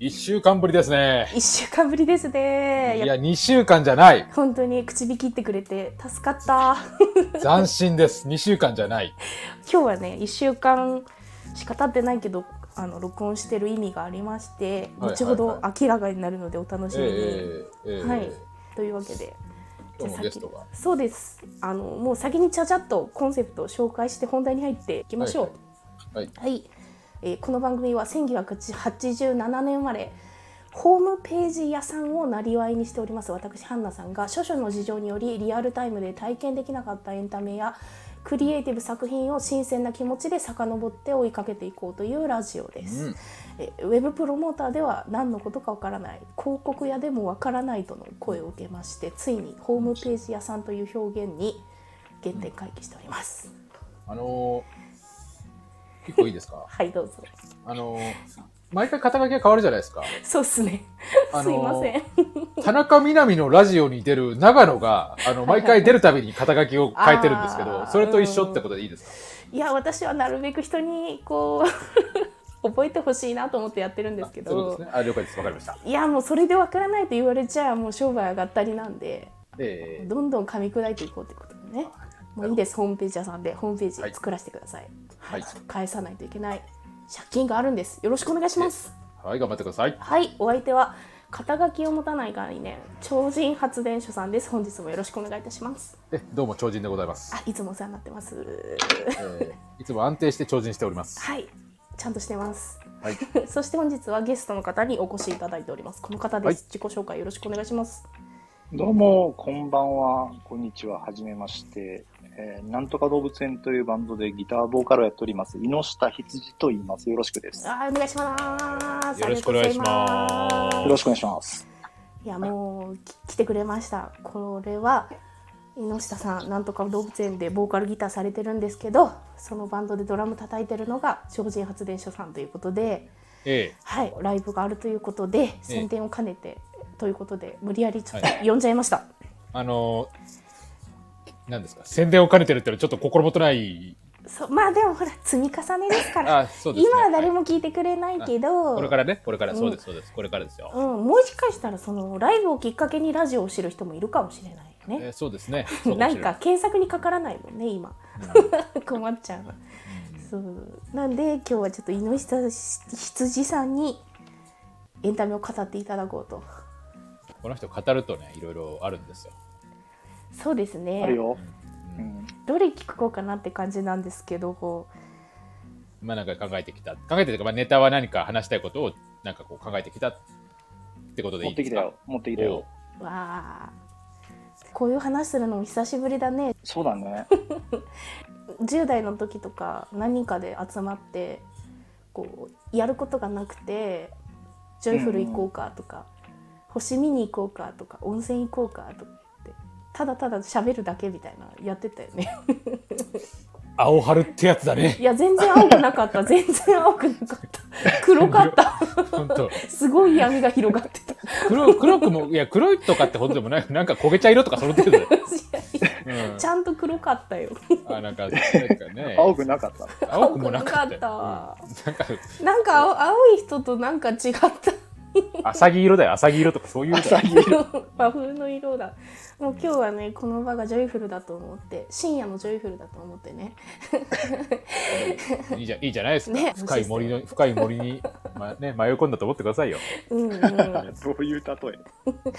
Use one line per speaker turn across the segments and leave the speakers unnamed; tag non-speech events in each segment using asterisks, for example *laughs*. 1週間ぶりですね。
一週間ぶりです
い
ね。いや
や、2週間じゃない。
本当に口火切ってくれて助かった。 *laughs*
斬新です。2週 *laughs* 間じゃない。
今日 *laughs* はね、一週間しか経ってないけど、あの録音してる意味がありまして、
はいはいはい
後ほど明らかになるのでお楽しみに。
ええええ
はい。というわけで。
今日
じゃ
の
あ
ゲス
先
トが。
そうですあのもう先にちゃちゃっとコンセプトを紹介して本題に入っていきましょう、
はいはい。
はい、えーこの番組は1987年生まれホームページ屋さんをなりわいにしております私ハンナさんが諸々の事情によりリアルタイムで体験できなかったエンタメやクリエイティブ作品を新鮮な気持ちで遡って追いかけていこうというラジオです、
うん
えウェブプロモーターでは何のことかわからない広告屋でもわからないとの声を受けましてついにホームページ屋さんという表現に原点回帰しております、
あのー、結構いいですか
はいどうぞ
あのー、毎回肩書きが変わるじゃないですか。
そうっすね
あのー
すいません
田中みな実のラジオに出る長野が、あの、毎回出るたびに肩書きを変えてるんですけ
あ
ど、
ー
それと一緒ってことでいいですか
いや私はなるべく人にこ
*laughs*
う覚えてほしいなと思ってやってるんですけ
そういうこ
ど
とですね。あ、了解です。わかりました。
いやもうそれでわからないと言われちゃもう商売上がったりなんで
ええ
どんどん噛み砕いていこうってことでねもういいですホームページ屋さんでホームページ
はい
作らせてください、はい
はい
返さないといけない借金があるんですよろしくお願いします
はい、頑張ってください。
はいお相手は肩書きを持たない概念超人発電所さんです本日もよろしくお願いいたします
え、どうも超人でございます。
あいつもお世話になってます
ええいつも安定して超人しております。
はいちゃんとしてます
はい。
*laughs* そして本日はゲストの方にお越しいただいております。この方です。
はい
自己紹介よろしくお願いします。
どうも、こんばんは、こんにちは、はじめまして、えーなんとか動物園というバンドでギターボーカルをやっております、井下羊と言います。よろしくです。よ
あーお願いします。
よろしくお願いします
ありがとうござい
ろ
ま
しくお願いします。
すいやもうき来てくれました。これは井下さんなんとか動物園でボーカルギターされてるんですけど、そのバンドでドラム叩いてるのが超人発電所さんということで、
え
はいライブがあるということで宣伝を兼ねて、ということで無理やりちょっと
は
呼んじゃいました。
えあのー、なんですか、宣伝を兼ねてるってのはちょっと心もとない、
そうまあでもほら積み重ねですから。
あ、そうですね。
今は誰
も、
も聞いてくれないけど、
これからね、これから、
うん
そうです、そうです、これからですよ。
うん、もしかしたらそのライブをきっかけにラジオを知る人もいるかもしれないよ
え
*laughs* ね。
ーそうですね。そうも
な
し
ん
れ
か検索にかからないもんね今 *laughs* 困っちゃうそうなんで今日はちょっと井下羊さんにエンタメを語っていただこうと
この人語るとね、いろいろあるんですよ。
そうです
ある
ね
よ。
う
うんん。
どれ聞こうかなって感じなんですけどこ
まあ、なんか考えてきた、考えてというか、まあ、ネタは何か話したいことを、なんかこう考えてきた。ってことで
持
い
っ
い
て
で
き
す
た
か。
よ。持ってきたよ。
うわあこういう話するのも久しぶりだね
そうだね。
10代の時とか何かで集まってこうやることがなくてジョイフル行こうかとか、星見に行こうかとか温泉行こうかとかってただただ喋るだけみたいなやってたよね
青春ってやつだ
*laughs*
ね。
いや全然青くなかった全然青くなかった黒かった
本当。
すごい闇が広がってたい
黒、黒くも、いや、黒いとかってほどでもない、なんか焦げ茶色とか、その程度だよ。
やいや
うん
ちゃんと黒かったよ
あ、なんか、なんかね。
青くなかった。
*laughs* 青くもなかったよ。
青く
なんか、
なんか青青い人となんか違った
アサギ色だよ、アサギ色とかそういう色だよ。
*laughs* 和風の色だもう今日はねこの場がジョイフルだと思って深夜のジョイフルだと思ってね
いいじゃいいじゃないですか。
ね
深い森の深い森に、まね、迷い込んだと思ってくださいよ。
うんうん
どういう例え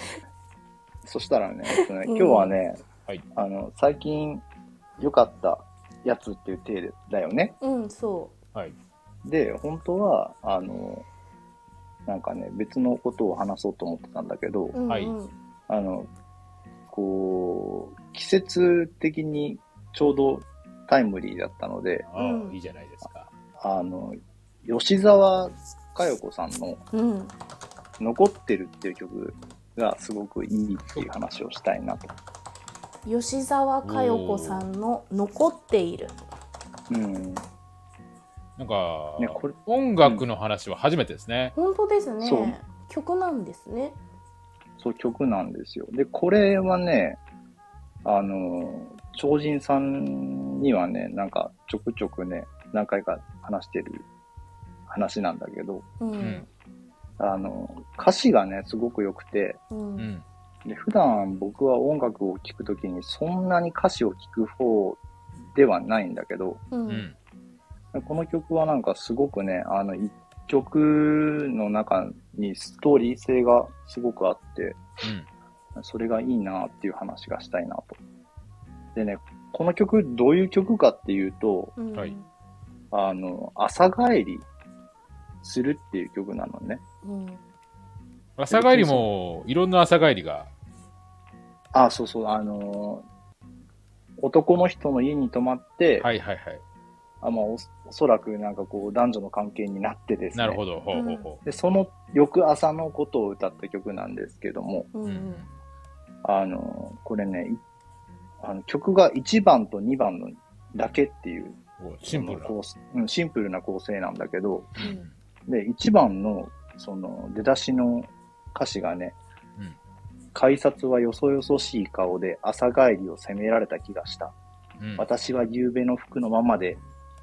そしたらね、えっとね今日はね、
はい
あの、最近良かったやつっていう体だよね。
うんそ
はい。
で、本当は、あの、なんかね、別のことを話そうと思ってたんだけど、
う、うんうん
はい
あの、こう、季節的にちょうどタイムリーだったので、
ああ、
うん
いいじゃないですか。
あの、吉沢佳代子さんの
うん
残ってるっていう曲がすごくいいっていう話をしたいなと。
吉沢佳代子さんの「残っている
うん。
なんか、
ねこれ
音楽の話は初めてですね」。
本当です
そう
ね曲なんですね
そう曲なんですよ。で、これはね、あの、超人さんにはね、なんかちょくちょくね、何回か話してる話なんだけど、
うん、
ん
あの、歌詞がね、すごく良くて、
うん
う。ん。
で普段僕は音楽を聴くときにそんなに歌詞を聴く方ではないんだけど、
うん。
う
うん
ん。
この曲はなんかすごくね、あの一曲の中にストーリー性がすごくあって、それがいいなっていう話がしたいなと。でね、この曲どういう曲かっていうと、
うん
はい。
あの、朝帰りするっていう曲なのね。
うん。
朝帰りも、いろんな朝帰りが。
あ、そうそう、あの、男の人の家に泊まって、
はいはいはい。
あまあ、おおそらくなんかこう男女の関係になってですね。
なるほど。ほうほうほ
で、その翌朝のことを歌った曲なんですけども、
う
う。うんん。
あの、これね、いあの曲が1番と2番のだけっていう、
おシンプルな。
その構成うん、シンプルな構成なんだけど、
うん
で、1番のその出だしの歌詞がね、
うん
改札はよそよそしい顔で朝帰りを責められた気がした。
うん
私は夕べの服のままで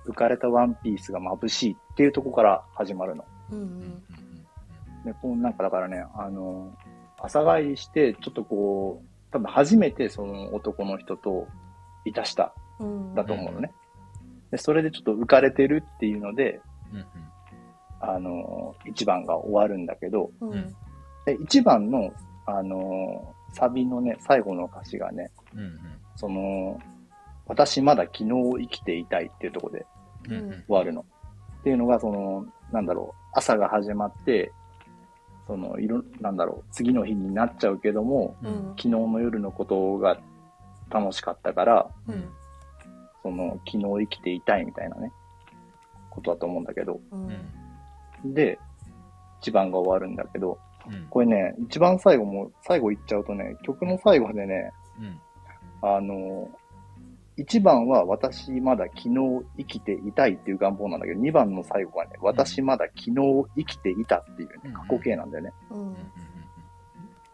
浮かれたワンピースが眩しいっていうとこから始まるの。
う
うんんうん
で、こうなんかだからね、あの、朝帰りして、ちょっとこう、多分初めてその男の人といたした
うん。
だと思うのね。で、それでちょっと浮かれてるっていうので、
うんうん
あの、1番が終わるんだけど、
うん。うん
で、1番の、あの、サビのね、最後の歌詞がね、
うん
その、私まだ昨日を生きていたいっていうところで
うんうんうん
終わるの。っていうのが、その、なんだろう、朝が始まって、その、いろ、なんだろう、次の日になっちゃうけども、
うんうん
昨日の夜のことが楽しかったから、
うん。
その、昨日生きていたいみたいなね、ことだと思うんだけど。
うん。
で、一番が終わるんだけど、
うん
これね、一番最後も、最後行っちゃうとね、曲の最後でね、
うん
あの、一番は私まだ昨日生きていたいっていう願望なんだけど、二番の最後はね、私まだ昨日生きていたっていう
う
ね
ん、
過去形なんだよね。
うん
うん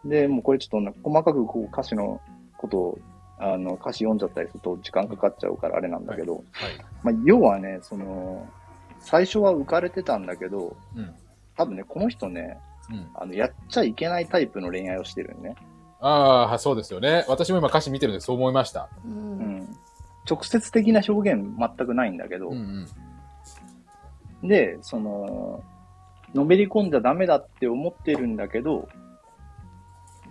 で、もうこれちょっとね、細かくこう歌詞のことを、あの、歌詞読んじゃったりすると時間かかっちゃうからあれなんだけど、
はい
まあ、要はね、その、最初は浮かれてたんだけど、
うん
多分ね、この人ね、
うん
あの、やっちゃいけないタイプの恋愛をしてるよね。
ああ、そうですよね。私も今歌詞見てるんでそう思いました。
う。
うんん。直接的な表現全くないんだけど、
うんうん
で、その、のめり込んじゃダメだって思ってるんだけど、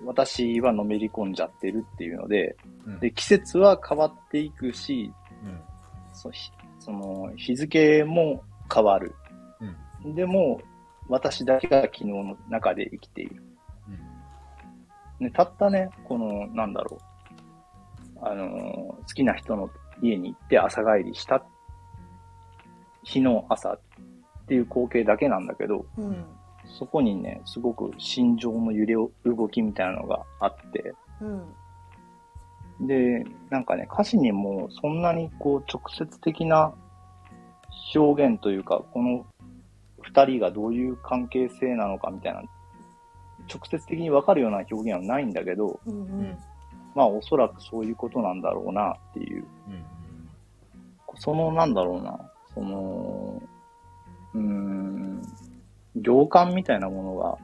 私はのめり込んじゃってるっていうので、
うん
で、季節は変わっていくし、
うん
そひその日付も変わる。でも、私だけが昨日の中で生きている。ね、たったね、この、なんだろう、あのー好きな人の家に行って朝帰りした日の朝っていう光景だけなんだけど、
うん。
そこにね、すごく心情の揺れを、動きみたいなのがあって、
うん。
で、なんかね、歌詞にもそんなにこう直接的な表現というか、この二人がどういう関係性なのかみたいな、直接的にわかるような表現はないんだけど、
うん。うん。
まあおそらくそういうことなんだろうなっていう、
うんうん
そのなんだろうな、その、うーん、行間みたいなものが、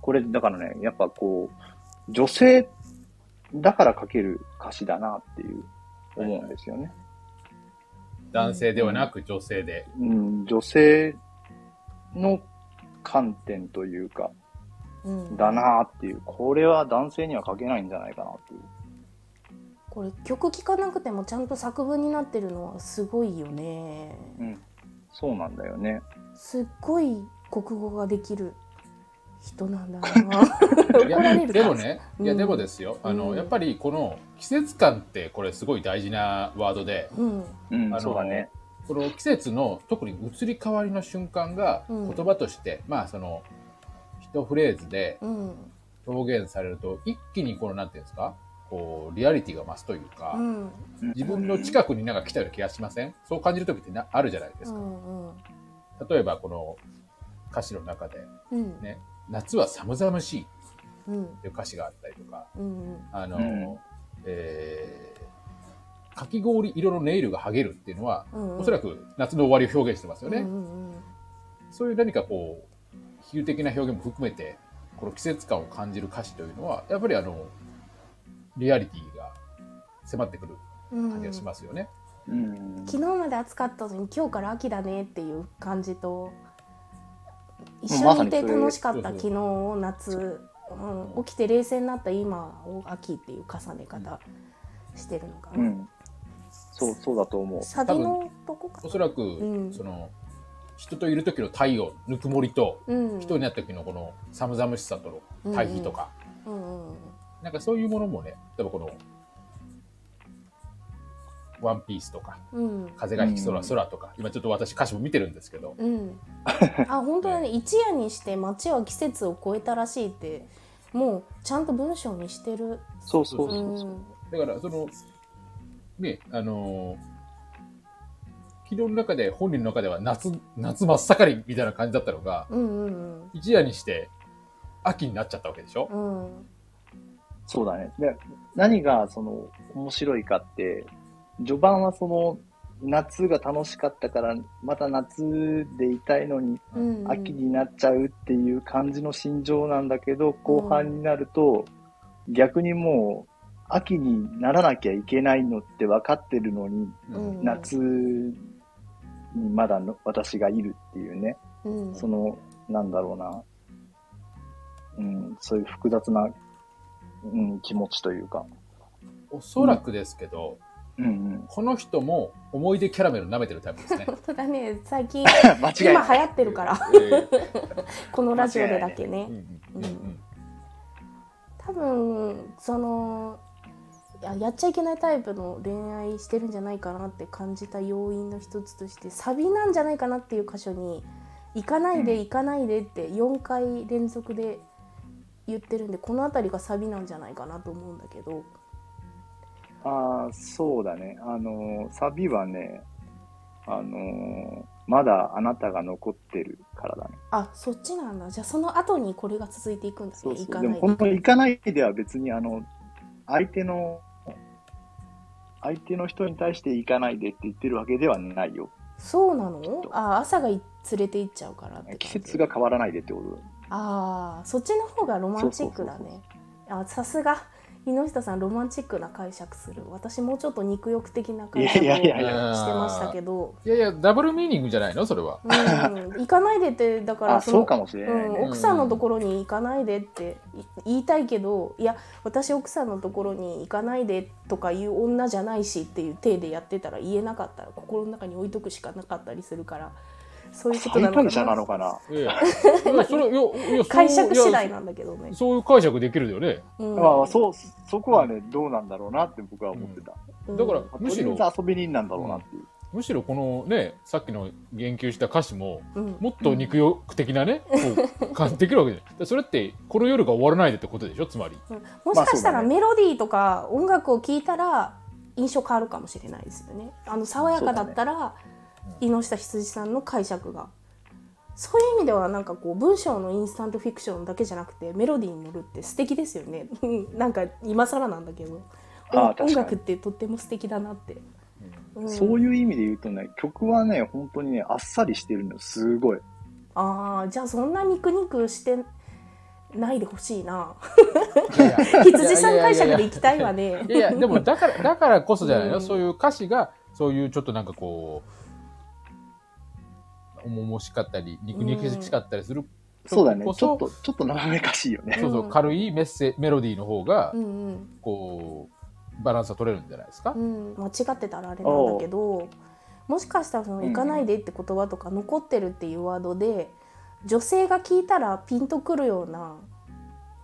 これだからね、やっぱこう、女性だから書ける歌詞だなっていう思うんですよね。
男性ではなく女性で。
うん、女性の観点というか、
うん。
だ。なっていう、これは男性には書けないんじゃないかなっていう。
これ曲聴かなくてもちゃんと作文になってるのはすごいよね。
うん、そうなんだよね。
すっごい国語ができる人なんだ
*laughs*
な。
い
怒ら
や
れる
でも。ね、いや
うん
でもですよ、あ
う
の
ん
やっぱりこの季節感ってこれすごい大事なワードで、
うん。
うん
あ、の
そうだね。
この季節の特に移り変わりの瞬間が
うん
言葉として、まあその一フレーズで
うん。
表現されると一気にこのなんていうんですか、こうリアリティが増すというか、
うん。
自分の近くになんか来たような気がしません？そう感じる時ってなあるじゃないで
う
すか。
ん。うん。
例えばこの歌詞の中で
うん。
ね、夏は寒々しいっ
うん。
ていう歌詞があったりとか。
うん。
あの、
うん
えーかき氷色のネイルが剥げるっていうのは、
うん。
おそら
く
く夏の終わりを表現してますよね。
うん。
そういう何かこう、比喩的な表現も含めて、この季節感を感じる歌詞というのは、やっぱりあの、リアリティが迫ってくる
うん
感じがしますよね。
うん。
昨日まで暑かったのに今日から秋だねっていう感じと一
ま
緒
さ
にい
に
て
それ
楽しかった
そうそう
昨日を夏、うん、起きて冷静になった今を秋っていう重ね方してるのか
う
な。
ん。そう、そうだと思う。
サビのとこか
おそらく、
ん
その、人といる時の太陽、ぬくもりと、
うん
人になった時のこの寒々しさとの対比とか、
うんうん
なんかそういうものもね、例えばこの、ワンピースとか、
うん
風が引き空空とか、今ちょっと私歌詞も見てるんですけど、
うん、あ本当だ
*laughs*
ね一夜にして街は季節を超えたらしいってもうちゃんと文章にしてる、
そうそう
う
そうそう。
ん、
だからその、ね、あのー、昨日の中で本人の中では夏、夏真っ盛りみたいな感じだったのが、
うんうん
一夜にして秋になっちゃったわけでしょ
う、んうん
そうだね。で、何がその面白いかって、序盤はその夏が楽しかったから、また夏でいたいのに
うんうん
秋になっちゃうっていう感じの心情なんだけど、後半になると、逆にもう秋にならなきゃいけないのって分かってるのに、
うん
夏にまだの私がいるっていうね、
うん
その、なんだろうな、うん、そういう複雑な、うん、気持ちというか、
おそらくですけど、
うんうん、
この人も思い出キャラメル舐めてるタイプです
*laughs*
ね。
本当だね最近
*laughs* 間 *laughs* 違
今
い
流
ない。
行ってる
*laughs*
から
えー。
このラジオでだけね
うんうんうんうん
多分そのいややっちゃいけないタイプの恋愛してるんじゃないかなって感じた要因の一つとしてサビなんじゃないかなっていう箇所に「行かないで
うん
行かないで」って4回連続で言ってるんでこの辺りがサビなんじゃないかなと思うんだけど
ああ、そうだね。あのー、サビはね、あのー、まだあなたが残ってるからだね。
あそっちなんだじゃあその後にこれが続いていくんだ
そう
ね
そ
行
う。
か
で
な
も、
い
この
で。
行かないでは別に、あの、相手の、相手の人に対して行かないでって言ってるわけではないよ。
そうなのあ朝がい連れて行っちゃうからって感じ
季節が変わらないでってことだ
ああそっちの方がロマンチックだ
そうそう
ねあさすが井下さんロマンチックな解釈する私もうちょっと肉欲的な解釈を
いやいや
して
いや
ましたけど
いやいや、ダブルミーニングじゃないのそれは。
うん行かないでってだから
あ、そうかもしれ
う
ない
ん、
ね。
奥さんのところに行かないでってい言いたいけどいや私奥さんのところに行かないでとかいう女じゃないしっていう体でやってたら言えなかったら心の中に置いとくしかなかったりするからそういうことな
最短
の
者
か
な
な
のか
*laughs*
な。
いやいやいやそれいやいやそう
解釈次第
いや
なんだけどね。
そういう解釈できるよね。
うん
まあ、そう、そこはね、どうなんだろうなって僕は思ってた。
うん
だから
まあ
むしろ
とりあえず遊び人なんだろうなっていう。
むしろこのね、さっきの言及した歌詞も、
うん
もっと肉欲的なね、こう感じできるわけじゃない。 *laughs* それって、この夜が終わらないでってことでしょつまり。
うんもしかした
まあそうだ
ら
ね
メロディーとか音楽を聴いたら印象変わるかもしれないですよね。あの爽やかだったら井下羊さんの解釈が。そういう意味ではなんかこう文章のインスタントフィクションだけじゃなくてメロディーに乗るって素敵ですよね。 *laughs* うんなんか今更なんだけど
あー確
音
かに
楽ってとっても素敵だなって。うん
そういう意味で言うとね、曲はね、本当にね、あっさりしてるのよ、すごい。
ああじゃあそんなにくにくしてないでほしいな。 *laughs*
羊
羊さん解釈でいきたいわね
い。やいや、でもだから、だからこそじゃないの、
うん
そういう歌詞が、そういうちょっとなんかこう、重々しかったり、肉肉しかったりする、
そうだね、
こ
ちょ
そ
っと、ちょっと斜めかしい
*laughs*
よね。
そうそうう、
ん
軽いメッセ、メロディーの方が
う、んうん
こう、バランスは取れるんじゃないですか
う。ん、間違ってたらあれなんだけどもしかしたらその「
うん
行かないで」って言葉とか「残ってる」っていうワードで女性が聞いたらピンとくるような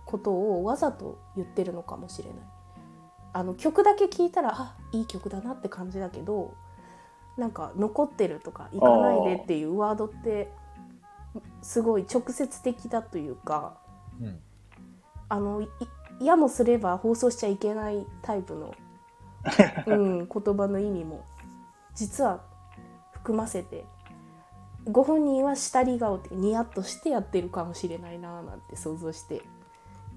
ことをわざと言ってるのかもしれない。あの曲だけ聞いたらあいい曲だなって感じだけどなんか「残ってる」とか「行かないで」っていうワードってすごい直接的だというか
うん。
あのいいやもすれば放送しちゃいけないタイプ *laughs* の、うん、言葉の意味も実は含ませてご本人は下り顔ってニヤッとしてやってるかもしれないなぁなんて想像して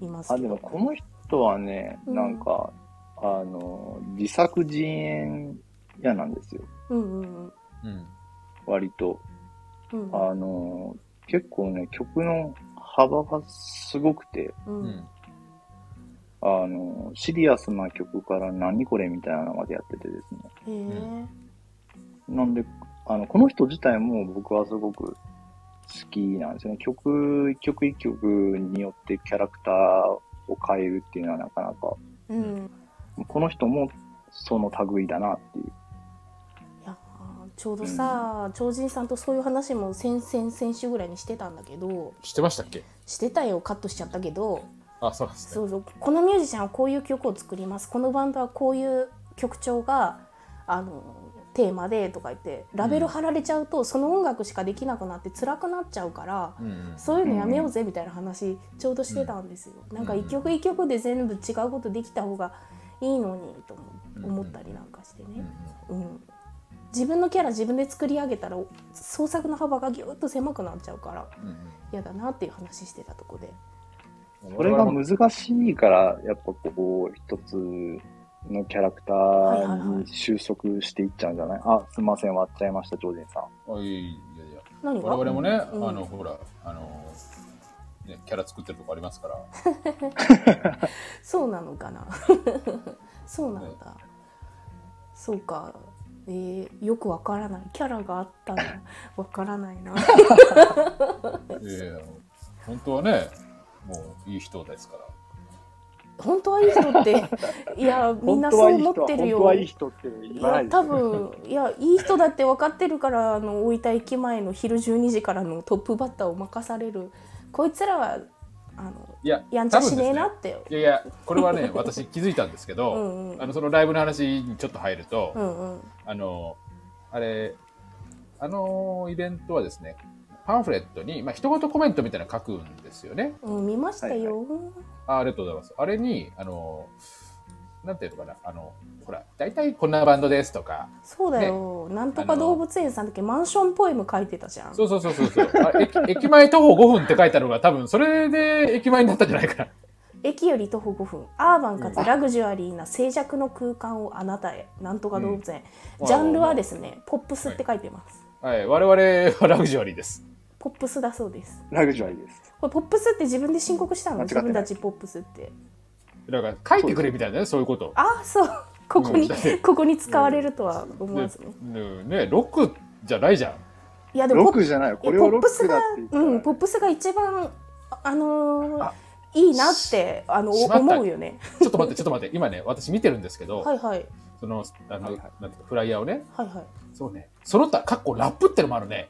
います
あ、
け
で
ど
もこの人はね、
うん
なんか、あの、自作自演屋なんですよ、
うんうんうん
うん。
割と。
うん
あの、結構ね、曲の幅がすごくて、
う
う
んうんん。
あの、シリアスな曲から何これみたいなのまでやっててですね。
へえ
ん
なんで、あの、この人自体も僕はすごく好きなんですよね。曲、一曲一曲によってキャラクターを変えるっていうのはなかなか、
うん
この人もその類だなっていう。
いやーちょうどさ、超人さんとそういう話も先々先週ぐらいにしてたんだけど
知ってましたっけ
してたよカットしちゃったけど
あ、そうなんです
そ
ね。
うそうこのミュージシャンはこういう曲を作りますこのバンドはこういう曲調があのテーマでとか言ってラベル貼られちゃうと、その音楽しかできなくなって辛くなっちゃうから、
うんうん。
そういうのやめようぜみたいな話ちょうどしてたんですよ。なんか一曲一曲で全部違うことできた方がいいのにとも思ったりなんかしてね。
うんうん
うん、自分のキャラ自分で作り上げたら創作の幅がぎゅっと狭くなっちゃうから
うん
嫌だなっていう話してたとこで、
うん
これが難しいから、やっぱこう、一つのキャラクターに収束していっちゃうんじゃない,、あ、すいません、割っちゃいました、ジョージンさん。
あいやいやいや
何が
我々もね、
ん
あのほらあの、ね、キャラ作ってるとこありますから
そうなのかな *laughs* そうなんだ、そうかえー、よくわからないキャラがあった
*laughs*
らわからないな
いやいや本当はねもういい人ですから
本当はいい人
*laughs*
っていやみんなそう思ってるよ
本当はいい人って
い
言わな
や
いです
多
よ
分いやいい人だって分かってるからあの大分駅前の昼12時からのトップバッターを任されるこいつらはあの
いや
やんちゃしねえな
多分
って、
ですねいやいやこれはね私気づいたんですけど、
うんうん
あのそのライブの話にちょっと入ると、
うんうん
あのあれあのイベントはですねパンフレットに、まあ、一言コメントみたいなの書くんですよね。
うん、見ましたよ、
あありがとうございます。あれに、あの、なんていうのかな、あの、ほら、大体こんなバンドですとか、
そうだよ、なんとか動物園さんだっけマンションポエム書いてたじゃん
そうそうそうそうそうあ駅。駅前徒歩5分って書いてあるのが多分それで駅前になったんじゃないかな。
駅より徒歩5分アーバンか
う
つラグジュアリーな静寂の空間をあなたへなんとか動物園、
うん
ジャンルはですねポップスって書いてます、
はい。我々はラグジュアリーです。
ポップスだそうです
ラグジュアリーです。
これポップスって自分で申告したの
間違っ
自
てない
分たちポップスって
だから書いてくれみたいなね、そういうこと。
ああそうここに、
うんだって
*laughs* ここに使われるとは思わ
ね
ずね
ね、ロックじゃないじゃん。
いやで
ロ
も
ッ
ポ
ク
ッ
じゃないよ。
いや
これ
ポ
を
ッ
ロッ
プス
クだ
が
って言ったら
うんポップスが一番ああのー
あ
いいなってあの
しまった
思うよね
ちょっと待って、ちょっと待って。今ね、私見てるんですけど、
はいはい
その、あの、
はいはい
なんていうかフライヤーをね、
はいはい
そうね、その他、かっこラップってのもあるね。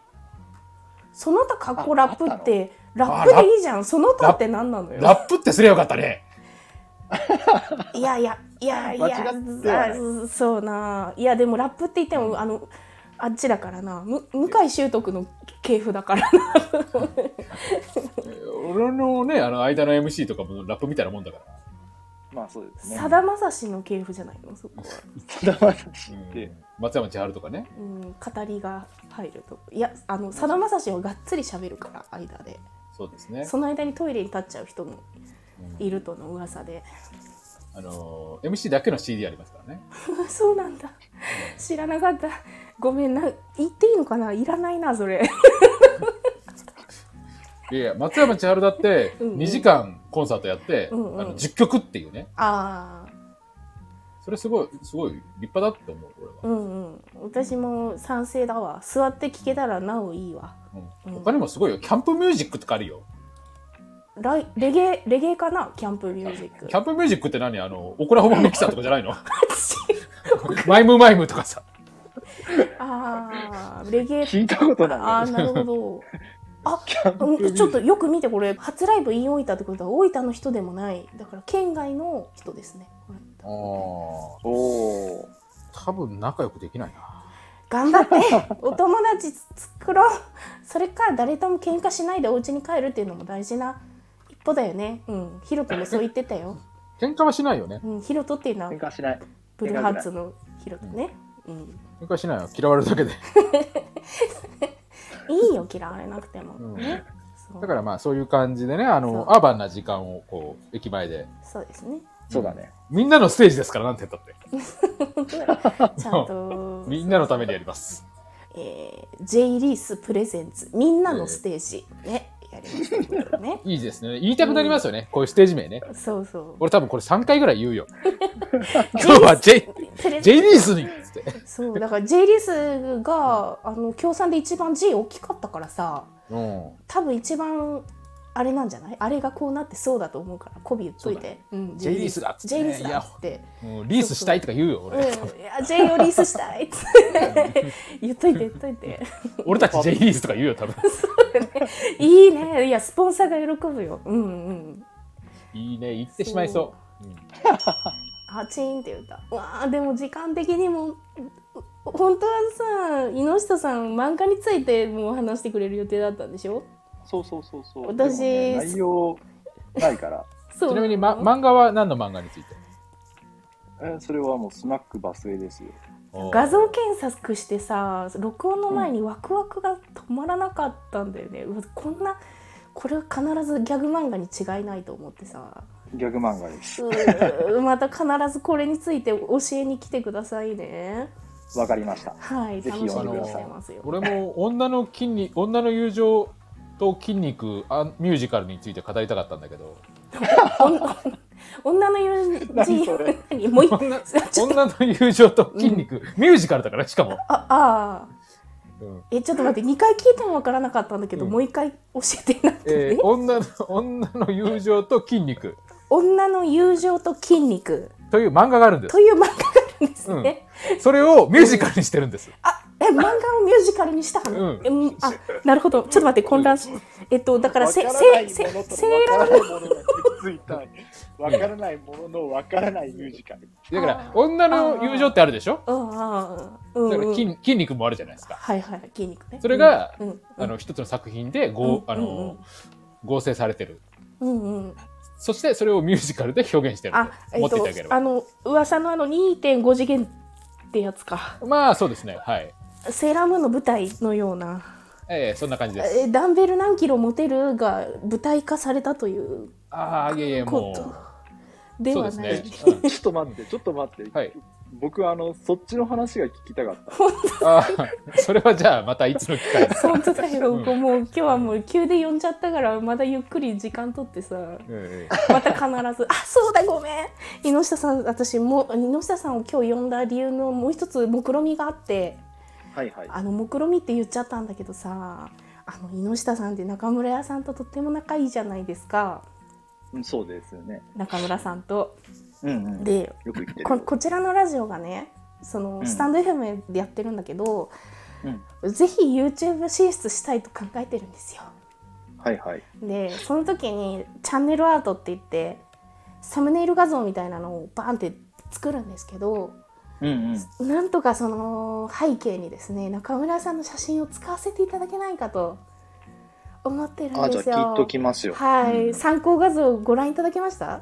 その他かっこラップってラ
あ
ップでいいじゃんその他って何なのよ
ラップってすりゃよかったね。
いやいやいやいや
間違ってはない
あそうないやでもラップって言ってもあのあっちだからなむ向井秀徳の系譜だからな
俺のね、あの、間の MC とかもラップみたいなもんだから。
まあそうですね。
さだまさしの系譜じゃないのそこは
さだまさし
うん
って、
松山千春とかね。
うん、語りが入るといやあのさだまさしはがっつり喋るから間で
そうですね。
その間にトイレに立っちゃう人も
うん
いるとの噂で *laughs*
あの、MC だけの CD ありますからね。
そうなんだ知らなかったごめんな言っていいのかないらないなそれ
いや、松山千春だって
うんうん
2時間コンサートやって、
うんうん
あの10曲っていうね、
ああ
それすごい、すごい立派だって思う、俺
う
は。
んうん私も賛成だわ座って聞けたらなおいいわ
うん
うん
他にもすごいよ、キャンプミュージックとかあるよ。
ライレゲエレゲエかなキャンプミュージック
キャンプミュージックって何あの、オクラホマミキサーとかじゃないの *laughs* マイムマイムとかさ。
*laughs* ああレゲエ
聞いたこと
あ
な
あ
い。
なるほどあ
キャンプミュージ
う
ッ
ん
ク
ちょっとよく見てこれ初ライブ in 大分ってことは大分の人でもないだから県外の人ですねこれ
あー
おー
多分仲良くできないな。
頑張ってお友達作ろうそれから誰とも喧嘩しないでお家に帰るっていうのも大事な一歩だよねうんヒロトもそう言ってたよ、
喧嘩はしないよね。
うん、ヒロトっていうのは
喧嘩しない。
ブルーハーツのヒロトね、うん、
喧嘩しないよ。嫌われるだけで。
*laughs* いいよ嫌われなくても、
うん
ねそう
だからまあそういう感じでね、あ
そう
の、アーバンな時間をこう、駅前で。
そうです *laughs* ね
そうだね。
みんなのステージですから、なんて言ったって。
ちゃんと *laughs*
みんなのためにやります。
えー、J リースプレゼンツみんなのステージね、やりましたけど *laughs* ね
いいですね。言いたくなりますよね。こういうステージ名ね。
そうそう
俺多分これ3回ぐらい言
*laughs*
うよ。今日は J、
プレ
J リースにっつって。
そうだから J リースがあの共産で一番 G 大きかったからさ
うん。
多分一番あれなんじゃないあれがこうなってそうだと思うから媚び言っといて、うん、
J リースだっつってね
J リースだっつって。
もうリースしたいとか言うよ、
う
俺。
ん、いや J をリースしたいっつって言っといて言っといて
俺たち J リースとか言うよ、多分。
いいねいやスポンサーが喜ぶようんうん
いいね、言ってしまいそう。うん
あチーンって言ったうわーでも時間的にもう本当はさ猪下さん漫画についてもう話してくれる予定だったんでしょ
そうそうそうそう。
私
でもね内容ないから、
そう
ちなみに、ま、漫画は何の漫画について
えーそれはもうスナックバスへですよ。
画像検索してさ録音の前にワクワクが止まらなかったんだよね、うわこんなこれは必ずギャグ漫画に違いないと思ってさ
ギャグ漫画です。
うーまた必ずこれについて教えに来てくださいね
わかりました。
はい
ぜひ
楽しみに
読んでくだ
し
さい
てますよ
俺も女の筋肉女の友情と筋肉あミュージカルについて語りたかったんだけど
女の友人
何それ
何もう一回
女
ちょっと
女の友情と筋肉、ミュージカルだからねしかも、
ああー
うん
えちょっと待って2回聞いてもわからなかったんだけど、
うん
もう一回教えてなくて、
えー女の女の友情と筋肉
女の友情と筋肉
という漫画があるんです
という漫画があるんですね、
それをミュージカルにしてるんです、
あ、え、漫画をミュージカルにしたの、
う
うん、あ、なるほど。ちょっと待って、混乱し。えっと、だから、せ、
わ
せ、せ、セーラームーン。
いものとわからないものがくっついた。わからないもののわからないミュージカル。
だか
あ
ら
ー
女の友情ってあるでしょ
ああ、うん、
だから
うん。
筋筋肉もあるじゃないですか
はいはい、筋肉ね。
それが
うん、うん、
あの一つの作品で合,、
うん
あ
うんう
の
ん
合成されてる
うん、うん。
そしてそれをミュージカルで表現してる
あ、
と
え
思
っ
っていた
と
だけれ、ば、
あの、噂のあの、2.5次元ってやつか。
まあそうですねはい
セーラームーンの舞台のような。
ええそんな感じです
え、ダンベル何キロ持てるが舞台化されたという
ああいえいえ
こ
も
と
う
では
そ
な
うで
い。
すね
ちょっと待って、ちょっと待って。
はい
僕あのそっちの話が聞きたかった。
あーそれはじゃあまたいつの機会です
本当だよ、
うん
もう今日はもう急で呼んじゃったからまだゆっくり時間取ってさ
え
また必ず「あそうだごめん猪下さん私も猪下さんを今日呼んだ理由のもう一つ目論見があって
はいはい。
あの目論見って言っちゃったんだけどさあの猪下さんって中村屋さんととっても仲いいじゃないですか
うんそうですよね。
中村さんと。
うんうん。
で
よく言ってる。
ここちらのラジオがねその、
うん
スタンド FM でやってるんだけど、ぜひ YouTube 進出したいと考えてるんですよ。
はいはい。
でその時にチャンネルアートって言ってサムネイル画像みたいなのをバーンって作るんですけど
うんうん。
なんとかその背景にですね中村さんの写真を使わせていただけないかと思ってる
あ
ん
じゃ
で
あ
す
聞
よ
いと。きますよ。
はい、
うん
参考画像をご覧いただけました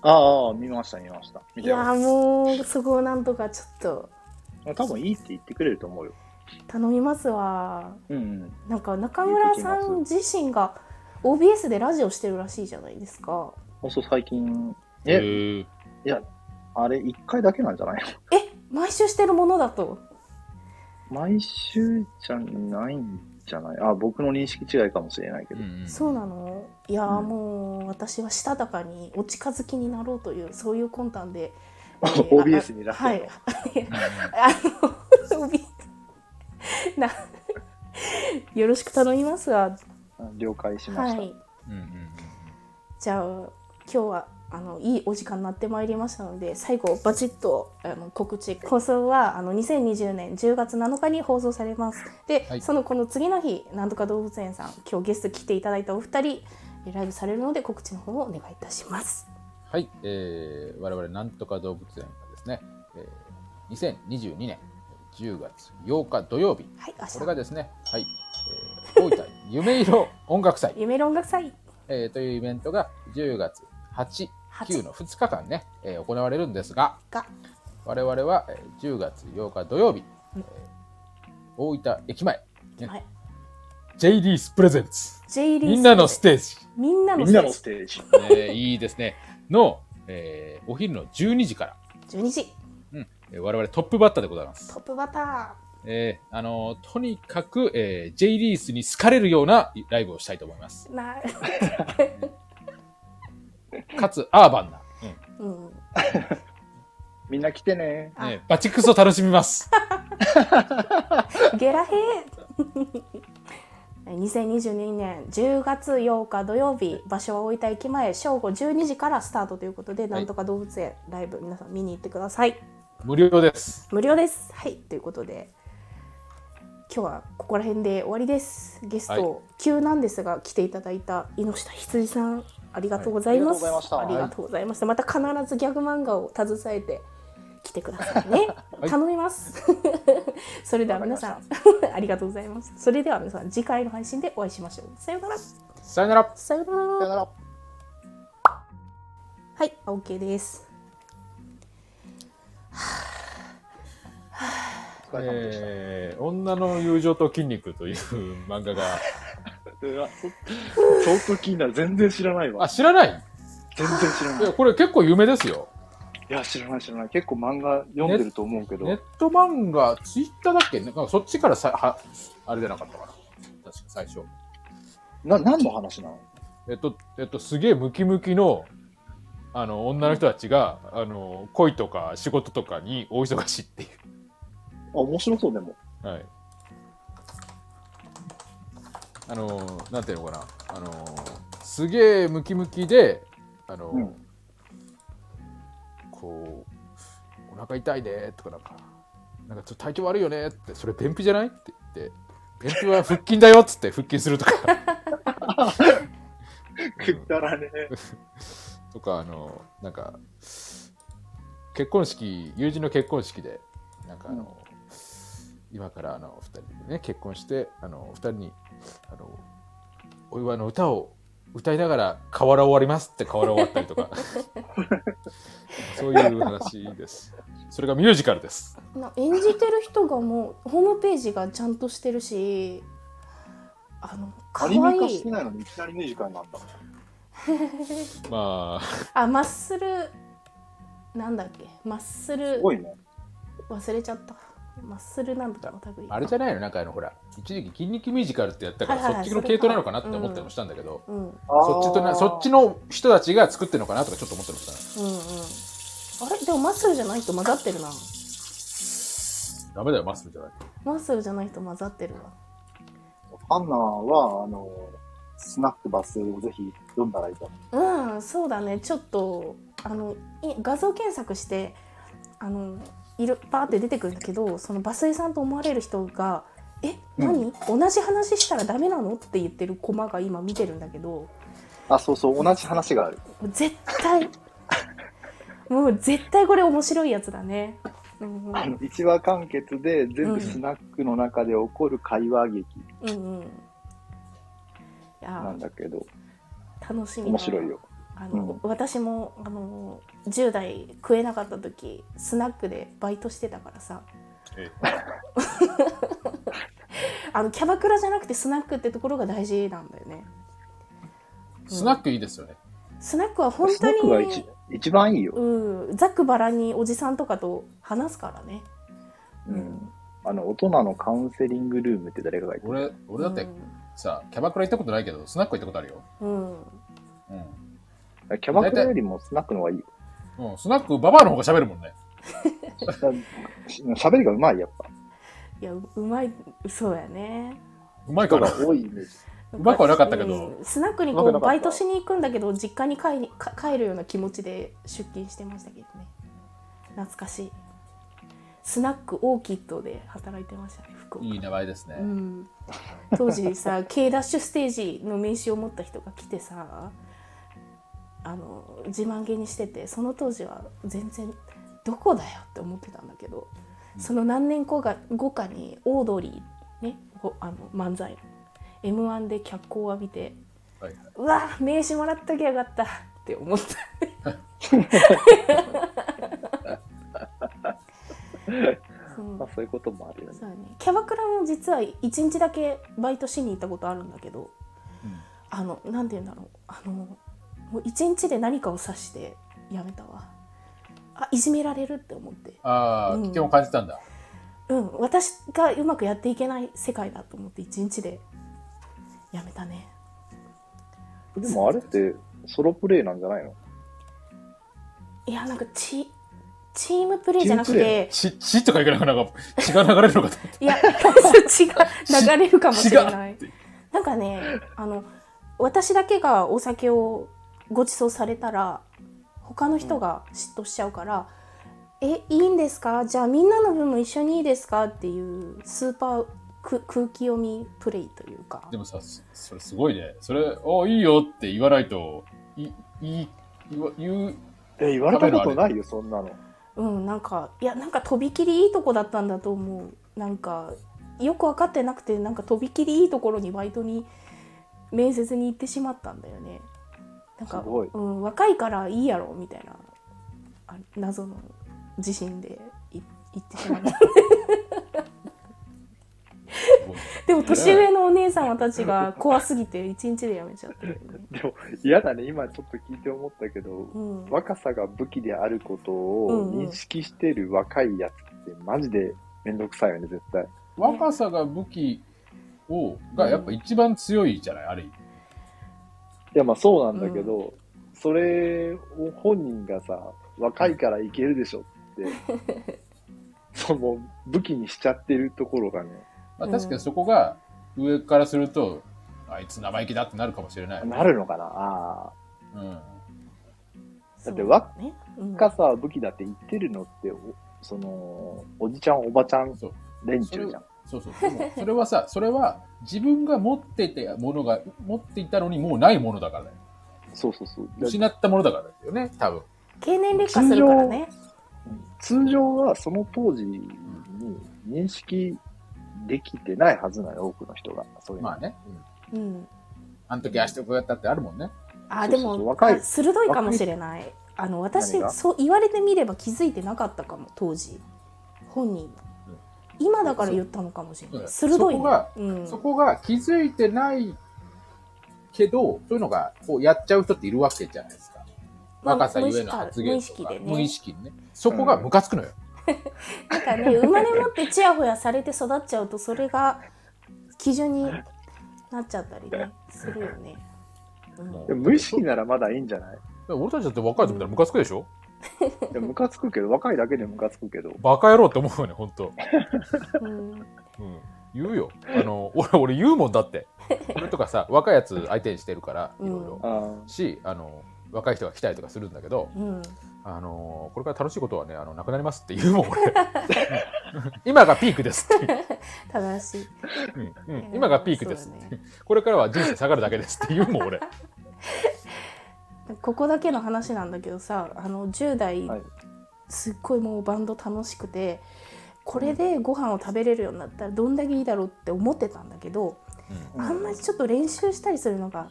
ああ見ました見ました。見
い
て
や
ま
もうそこをなんとかちょっと
す。多分いいって言ってくれると思うよ。
頼みますわ
うんうん。
なんか中村さん自身が OBS でラジオしてるらしいじゃないですか
あそう最近
え
え
ええ
あれ一回だけなんじゃない *laughs* の？
え毎週してるものだと
毎週じゃないんじゃない？あ僕の認識違いかもしれないけど。
うんうん
そうなのいやー、
うん
もう私はしたたかにお近づきになろうというそういう魂胆
*laughs*
で、
OBS にいらっしゃ
は
る
い
の。
あの *laughs* OBS なよろしく頼みますわ
あ了解しま
は
した。
い
うんうんうん
じゃあ今日はあのいいお時間になってまいりましたので最後バチッとあの告知放送はあの2020年10月7日に放送されますで、
はい
そのこの次の日なんとか動物園さん今日ゲスト来ていただいたお二人えライブされるので告知の方をお願いいたします
はい、えー、我々なんとか動物園がですね、えー、2022年10月8日土曜日
はい明
これが
日
ですねはい、えー、大分夢色音楽祭、
夢論音楽祭
えー、というイベントが10月8、9
8
の2日間ね、えー、行われるんですが
が
我々はえー10月8日土曜日、えー大分駅前、ね
はい
J リースプレゼンツ
J リー
みんなのステージ
みんなの
みんなのステージ。
えーいいですね。の、えーお昼の12時から、
12時
うんえー我々トップバッターでございます。
トップバター
えーあのーとにかく、えー J リースに好かれるようなライブをしたいと思います。
な
かつ、アーバンな。うん
うん
みんな来てね。
あ
ね、バチクソ楽しみ *laughs* ます。
ゲラヘ *laughs* ー2022年10月8日土曜日場所は大分駅前正午12時からスタートということで、なんとか動物園ライブ皆さん見に行ってください
無料です。
無料ですはいということで今日はここら辺で終わりですゲスト、
は
急なんですが来ていただいた猪下羊さんありがとうございます、
はいあ
あり
りがとうございました
がとうございましたまた必ずギャグ漫画を携えて来てくださいね、
はい
頼みます *laughs* それでは皆さん *laughs* ありがとうございますそれでは皆さん次回の配信でお会いしましょうさようなら
さよなら。
さような
さ
ら
よなら。
はい、OK です
お疲れ様でした。
えー女の友情と筋肉という漫画が、 *laughs*
うわそ相当気になる。全然知らないわ
あ、。知らない
全然知ら
い
ない。
や、これ結構有名ですよ。
いや、知らない知らない。結構漫画読んでると思うけど。
ネット漫画、ツイッターだっけなんかそっちからさ、は、あれじゃなかったかな。確か最初。
な、何の話なの
えっと、えっと、すげえムキムキの、あの、女の人たちが、あの、恋とか仕事とかに大忙しいってい
あ、面白そうでも。
う。はい。あの、なんていうのかな。あの、すげえムキムキで、あの、
うん
こう、お腹痛いねとかなんか、なんかちょっと体調悪いよねって、それ便秘じゃないって言って、便秘は腹筋だよっつって腹筋する
*laughs*
とか。
くだらねえ。
とかあのなんか結婚式友人の結婚式でなんかあの、今からあの2人でね結婚してあの2人にあのお祝いの歌を歌いながら河原終わりますって河原終わったりとかそういう話ですそれがミュージカルです
な演じてる人がもうホームページがちゃんとしてるしあの可
ア
愛
ニメ化
い
してないのにいきなりミュージカルになった。
まあ
あマッスルなんだっけマッス
す
ル
ごいね。
忘れちゃったマッスルなんとかの類
あれじゃないのなんかあのほら一時期筋肉ミュージカルってやったから、
はいはいはい
そっちの系統なのかなって思ったりもしたんだけど、
うんうんうん
そっちとなそっちの人たちが作ってるのかなとかちょっと思ってましたね
あれでもマッスルじゃない人混ざってるな
ダメだよ、マッスルじゃない。
マッスルじゃない人混ざってるわ
アンナは、あの、スナックバスをぜひ読んだらいいと思
うんそうだねちょっとあのい画像検索してあのいるパーって出てくるんだけどそのバスエさんと思われる人が「え何、同じ話したらダメなの?」って言ってるコマが今見てるんだけど
う。あ、そうそう、同じ話がある。
絶
*laughs*
対もう絶対これ面白いやつだね。うんうん
あの、一話完結で全部スナックの中で起こる会話劇
うんうん、い
な
や
んだけど、
楽しみだ
面白いよ。
あの、
う
私もあの10代食えなかった時スナックでバイトしてたからさ
え
*laughs* あのキャバクラじゃなくてスナックってところが大事なんだよね
スナックいいですよね。
スナックは本
スナ
当
ックが
に
一一番いいよ。
うんざっくばらんにおじさんとかと話すからね
うん。あの、大人のカウンセリングルームって誰かが言って
俺、俺だってさ、キャバクラ行ったことないけど、スナック行ったことあるよ。
うん、う
う
ん
ん。
たキャバクラよりもスナックの方がいいよ。
うん、スナック、ババアの方が喋るもんね。
だ喋りがうまい、やっぱ。
いやううまいそうやね
うまいか
人
ら
が。多いイメージ。
う
まくはなかったけど
んスナックにこ
うまくなか
う
った
バイトしに行くんだけど実家に帰りか帰るような気持ちで出勤してましたけどね懐かしいスナックオーキッドで働いてましたね福岡
いい名前ですね
う。ん、当時さ K ダッシュステージの名刺を持った人が来てさあの自慢げにしててその当時は全然どこだよって思ってたんだけど、その何年後が後かにオードリーねほあの漫才 m 1で脚光を浴びて
はい。
うわ名刺もらっときゃよかったって思ったうん
まあ、そういうこともあるよね。
そうだねキャバクラも実は1日だけバイトしに行ったことあるんだけど
うん
あのなんて言うんだろうあのもう1日で何かを指してやめたわあいじめられるって思って
ああ、
うん
危険を感じたんだ。
うん、私がうまくやっていけない世界だと思って一日でやめたね
でもあれってソロプレイなんじゃないの
いやなんかチチームプレイじゃなくて
血血とかいかなくなんか血が流れるのかと *laughs* 思っ
いや血が流れるかもしれないなんかねあの私だけがお酒をご馳走されたら他の人が嫉妬しちゃうから「えいいんですかじゃあみんなの分も一緒にいいですか?」っていうスーパーく空気読みプレイというか
たでもさそそれすごいねそれ「おいいよ」って言わないといいい言わ言う
え、言われたことないよ、そんなの。
うんなんかいやなんかとびきりいいとこだったんだと思うなんかよく分かってなくてなんかとびきりいいところにバイトに面接に行ってしまったんだよねなんか
すごい
うん、若いからいいやろみたいなあ謎の自信でい行ってしまったでも年上のお姉様たちが怖すぎて一日でやめちゃってるよね、
でも、嫌だね、今ちょっと聞いて思ったけど、
うん、
若さが武器であること
うん
を
うん
認識してる若いやつって、マジでめんどくさいよね、絶対。
若さが武器をがやっぱ一番強いじゃない、あれ
いや、まあそうなんだけど、それを本人がさ、若いからいけるでしょって、 *laughs* その武器にしちゃってるところがね、
まあ、
うん
確かにそこが上からすると、あいつ生意気だってなるかもしれない、
なるのかなああ。
うん、
そう
ってわ
ねうん
若さは武器だって言ってるのって、おその、おじちゃん、おばちゃん
そう
連中じゃん。
そうそうでもそれはさ *laughs* それは自分が持っていたものが持っていたのにもうないものだからだよ
そうそうそう。だ
失ったものだからだよね多分
経年劣化するからね
通常はその当時に認識できてないはずなのよ、多くの人が。そういうの
まあね、うん、
うん
あの時ああしてこうやったってあるもんね
あー
そ
で
うそうそう
も
若い
あ鋭いかもしれないあの私
何が
そう言われてみれば気づいてなかったかも当時本人も
うん
今だから言ったのかもしれない
そ
鋭い
そこ
ね
が
うん
そこが気づいてないけどそういうのがこうやっちゃう人っているわけじゃないですか
まあ
若さゆえの発言
無意
と
識
か
でね
無意識にねそこがムカつくのよ、
なんかね生まれ持ってちやほやされて育っちゃうとそれが基準になっちゃったりねするよね、うん
*laughs*
も
でも無意識ならまだいいんじゃない
でも俺たちだって若い時ならムカつくでしょ
でもムカつくけど、若いだけでムカつくけど。
バカ野郎って思うよね本当
うん
うん、言うよあの俺俺言うもんだって俺とかさ若いやつ相手にしてるからい
うん
ろいろ
あー
しあの若い人が来たりとかするんだけど
うん
あのこれから楽しいことはねあのなくなりますって言うもん俺うん今がピークですって、
正しい
うんうん今がピークです、
そうだね
これからは人生下がるだけですって言うもん俺
ここだけの話なんだけどさあの10代、
はい
すっごいもうバンド楽しくてこれでご飯を食べれるようになったらどんだけいいだろうって思ってたんだけど、
う
あんまりちょっと練習したりするのが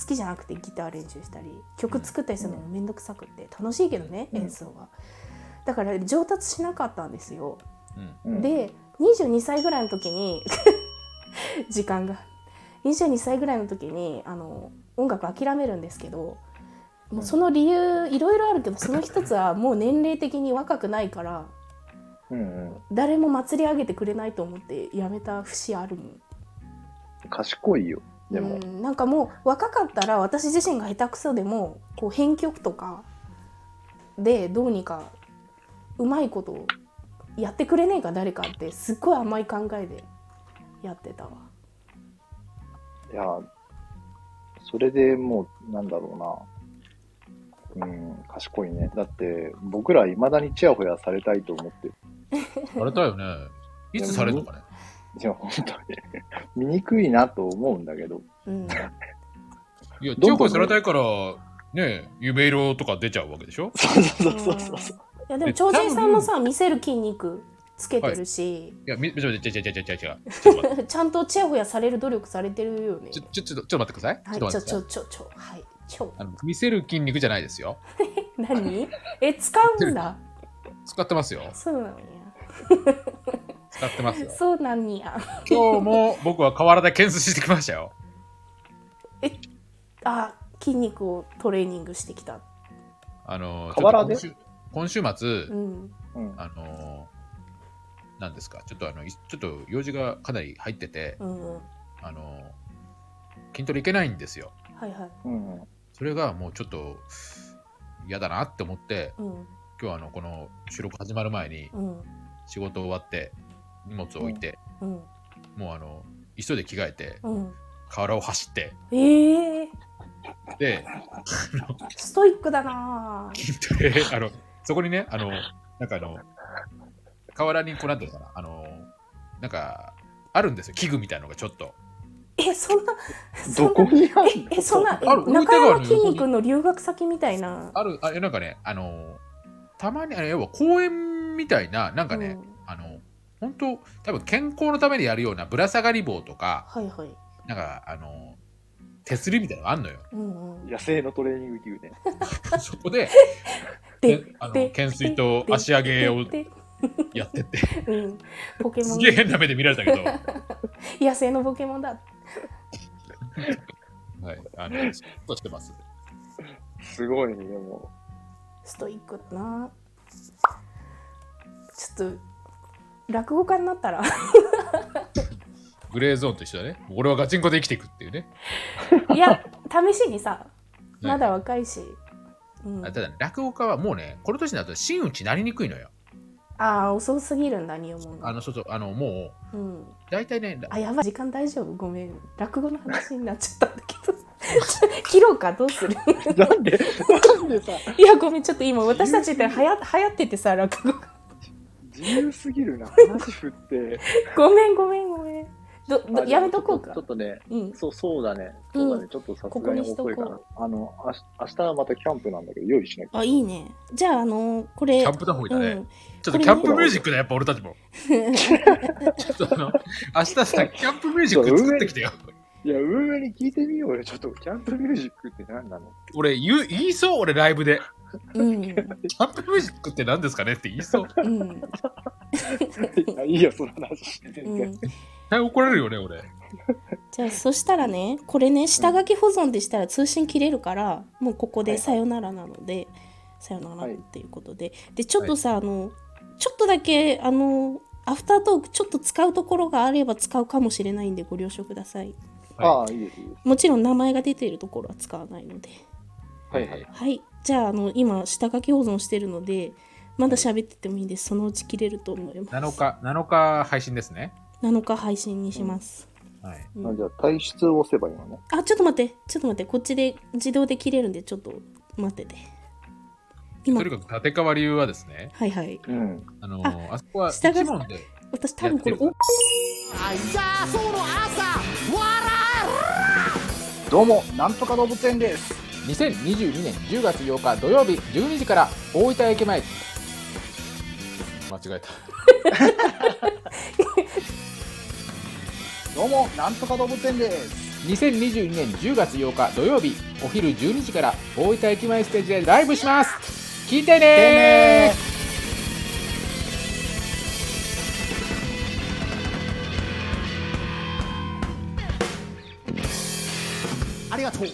好きじゃなくてギター練習したり曲作ったりするのも面倒くさくって楽しいけどね、
うん
演奏は。だから上達しなかったんですよ。
うん
うん、
で22歳ぐらいの時に *laughs* 時間が22歳ぐらいの時にあの音楽諦めるんですけどもうその理由いろいろあるけどその一つはもう年齢的に若くないから
うんうん。
誰も祭り上げてくれないと思ってやめた節あるもん
賢いよ。でも
う、んなんかもう若かったら私自身が下手くそでもこう編曲とかでどうにかうまいことやってくれねえか誰かってすっごい甘い考えでやってたわ
いや、それでもう、なんだろうな。うん、賢いね。だって、僕ら未だにチヤホヤされたいと思ってる。
あれだよねいつされるのかね
いや、本当に。 *laughs* 醜いなと思うんだけど。
うん、
いや
どんどん
強化されたいからね夢色とか出ちゃうわけでしょ
そうそうそうそうそう。
いやでも超人さんもさ見せる筋肉つけてるし、
いやみちょちょちょちょちょちょちょ
ちゃんとちやほやされる努力されてるよね
ちょちょちょちょっと待ってください
は
ち
い
ょっと
ち
待
ょ
ってくだ
ち
さい
ょちょちょはいちょ
あの見せる筋肉じゃないですよ
何え使うん
*laughs*
だ
使ってますよ。
そうなんや。
使ってますよ
*laughs* そうなんや
今日も僕は河原で検出してきましたよ。
あ筋肉をトレーニングしてきた
あの
河原で
ちょっと今週今週末、
うん
うん。
あのなんですかちょっとあのいちょっと用事がかなり入ってて
うんうん
あの筋トレ行けないんですよ
はいはい
うん。
それがもうちょっと嫌だなって思って
うん
今日はあのこの収録始まる前に
うん
仕事終わって荷物置いて、
うん
もうあの急いで着替えて
うん
河原を走って
ええ
で
ストイックだなぁ
筋トレあのそこに
*laughs*
ねあのなんかあの河原にこうなんていうのかなあのなんかあるんですよ器具みたいなのがちょっと
えそんなそん
ど
な
こにあ
え
るの
えそんなえ
ある
中山
置いてある
きんに君の留学先みたいな
あるあれなんかねあのたまにあれ要は公園みたいななんかね、
うん
あの本当多分健康のためにやるようなぶら下がり棒とか
はいはい
なんかあの手すりみたいなのがあんの
*laughs*
よ
うんうん
野生のトレーニング牛ね。
そこで
で
けあの
で
懸垂と足上げを
でで
やってて
うんポケモ
す
ン
げえ変な目で見られたけど、
野生のポケモンだ
はい、あのそっとしてます
すごいね、で
*laughs*
も。
ストイックだなちょっと落語家になったら
グレーゾーンと一緒だね俺はガチンコで生きていくっていうね
いや試しにさ
い
まだ若いし、うん、
あただね落語家はもうねこの年になると真打ちになりにくいのよ
ああ遅すぎるんだ入門
あ
が
のそうそうあのもう
うん
大体ね
あやばい時間大丈夫ごめん落語の話になっちゃったんだけど *laughs* 切ろうかどうする *laughs*
なんで、なんでさ、
いやごめんちょっと今私たちっ
*laughs*
てはや流行っててさ落語が
自由すぎるな、話
*laughs*
振って。
ごめんごめんごめんどど
あ
やめとこう
でも
か
ちょっとちょっとね、
うん
そう、そうだね。そうだね。
う
ちょっとさ
ここ
すが
に
に
しとこう
遅いかな。あの、あし明日はまたキャンプなんだけど、用意しなきゃ。
あいいねじゃああのこれ
キャンプだ方がいいだね、
うん
ちょっとキャンプミュージックだやっぱ俺たちもちょっとあ
*laughs*
の明日さキャンプミュージック作ってきてよ
いや、運営に聞いてみようよ。ちょっと、キャンプミュージックって
*laughs*
何なの
俺言う言いそう俺ライブで
うん
キャンプミュージックって何ですかねって言いそう
うん
いやいいよ、その話してて。
うん
大変怒られるよね俺
じゃあそしたらねこれね下書き保存でしたら通信切れるからもうここ
は
で
いはい
さよならなので、さよなら
はい
っていうことで、でちょっとさ、あのちょっとだけあのアフタートークちょっと使うところがあれば使うかもしれないんでご了承ください
ああ、いいです、いいです。
もちろん名前が出ているところは使わないので
はいはい。
はいじゃああの今下書き保存してるのでまだ喋っててもいいですそのうち切れると思います
7日7日配信ですね
7日配信にします、
はい
うん
あじゃあ、退出を押せばいいのね。
あ、ちょっと待って、ちょっと待って、こっちで自動で切れるんで、ちょっと待ってて。今
とに、かく立川流はですね、
はいはい。
うん。
あのーあそこは一
下が
問で、
私多分これ、
や
お
っ
どうも、なんとか動物園です。
2022年10月8日土曜日12時から大分駅前。間違えた。
どうも、なんとか動物園です。
2022年10月8日土曜日お昼12時から大分駅前ステージでライブします。聞いてね
ありがとう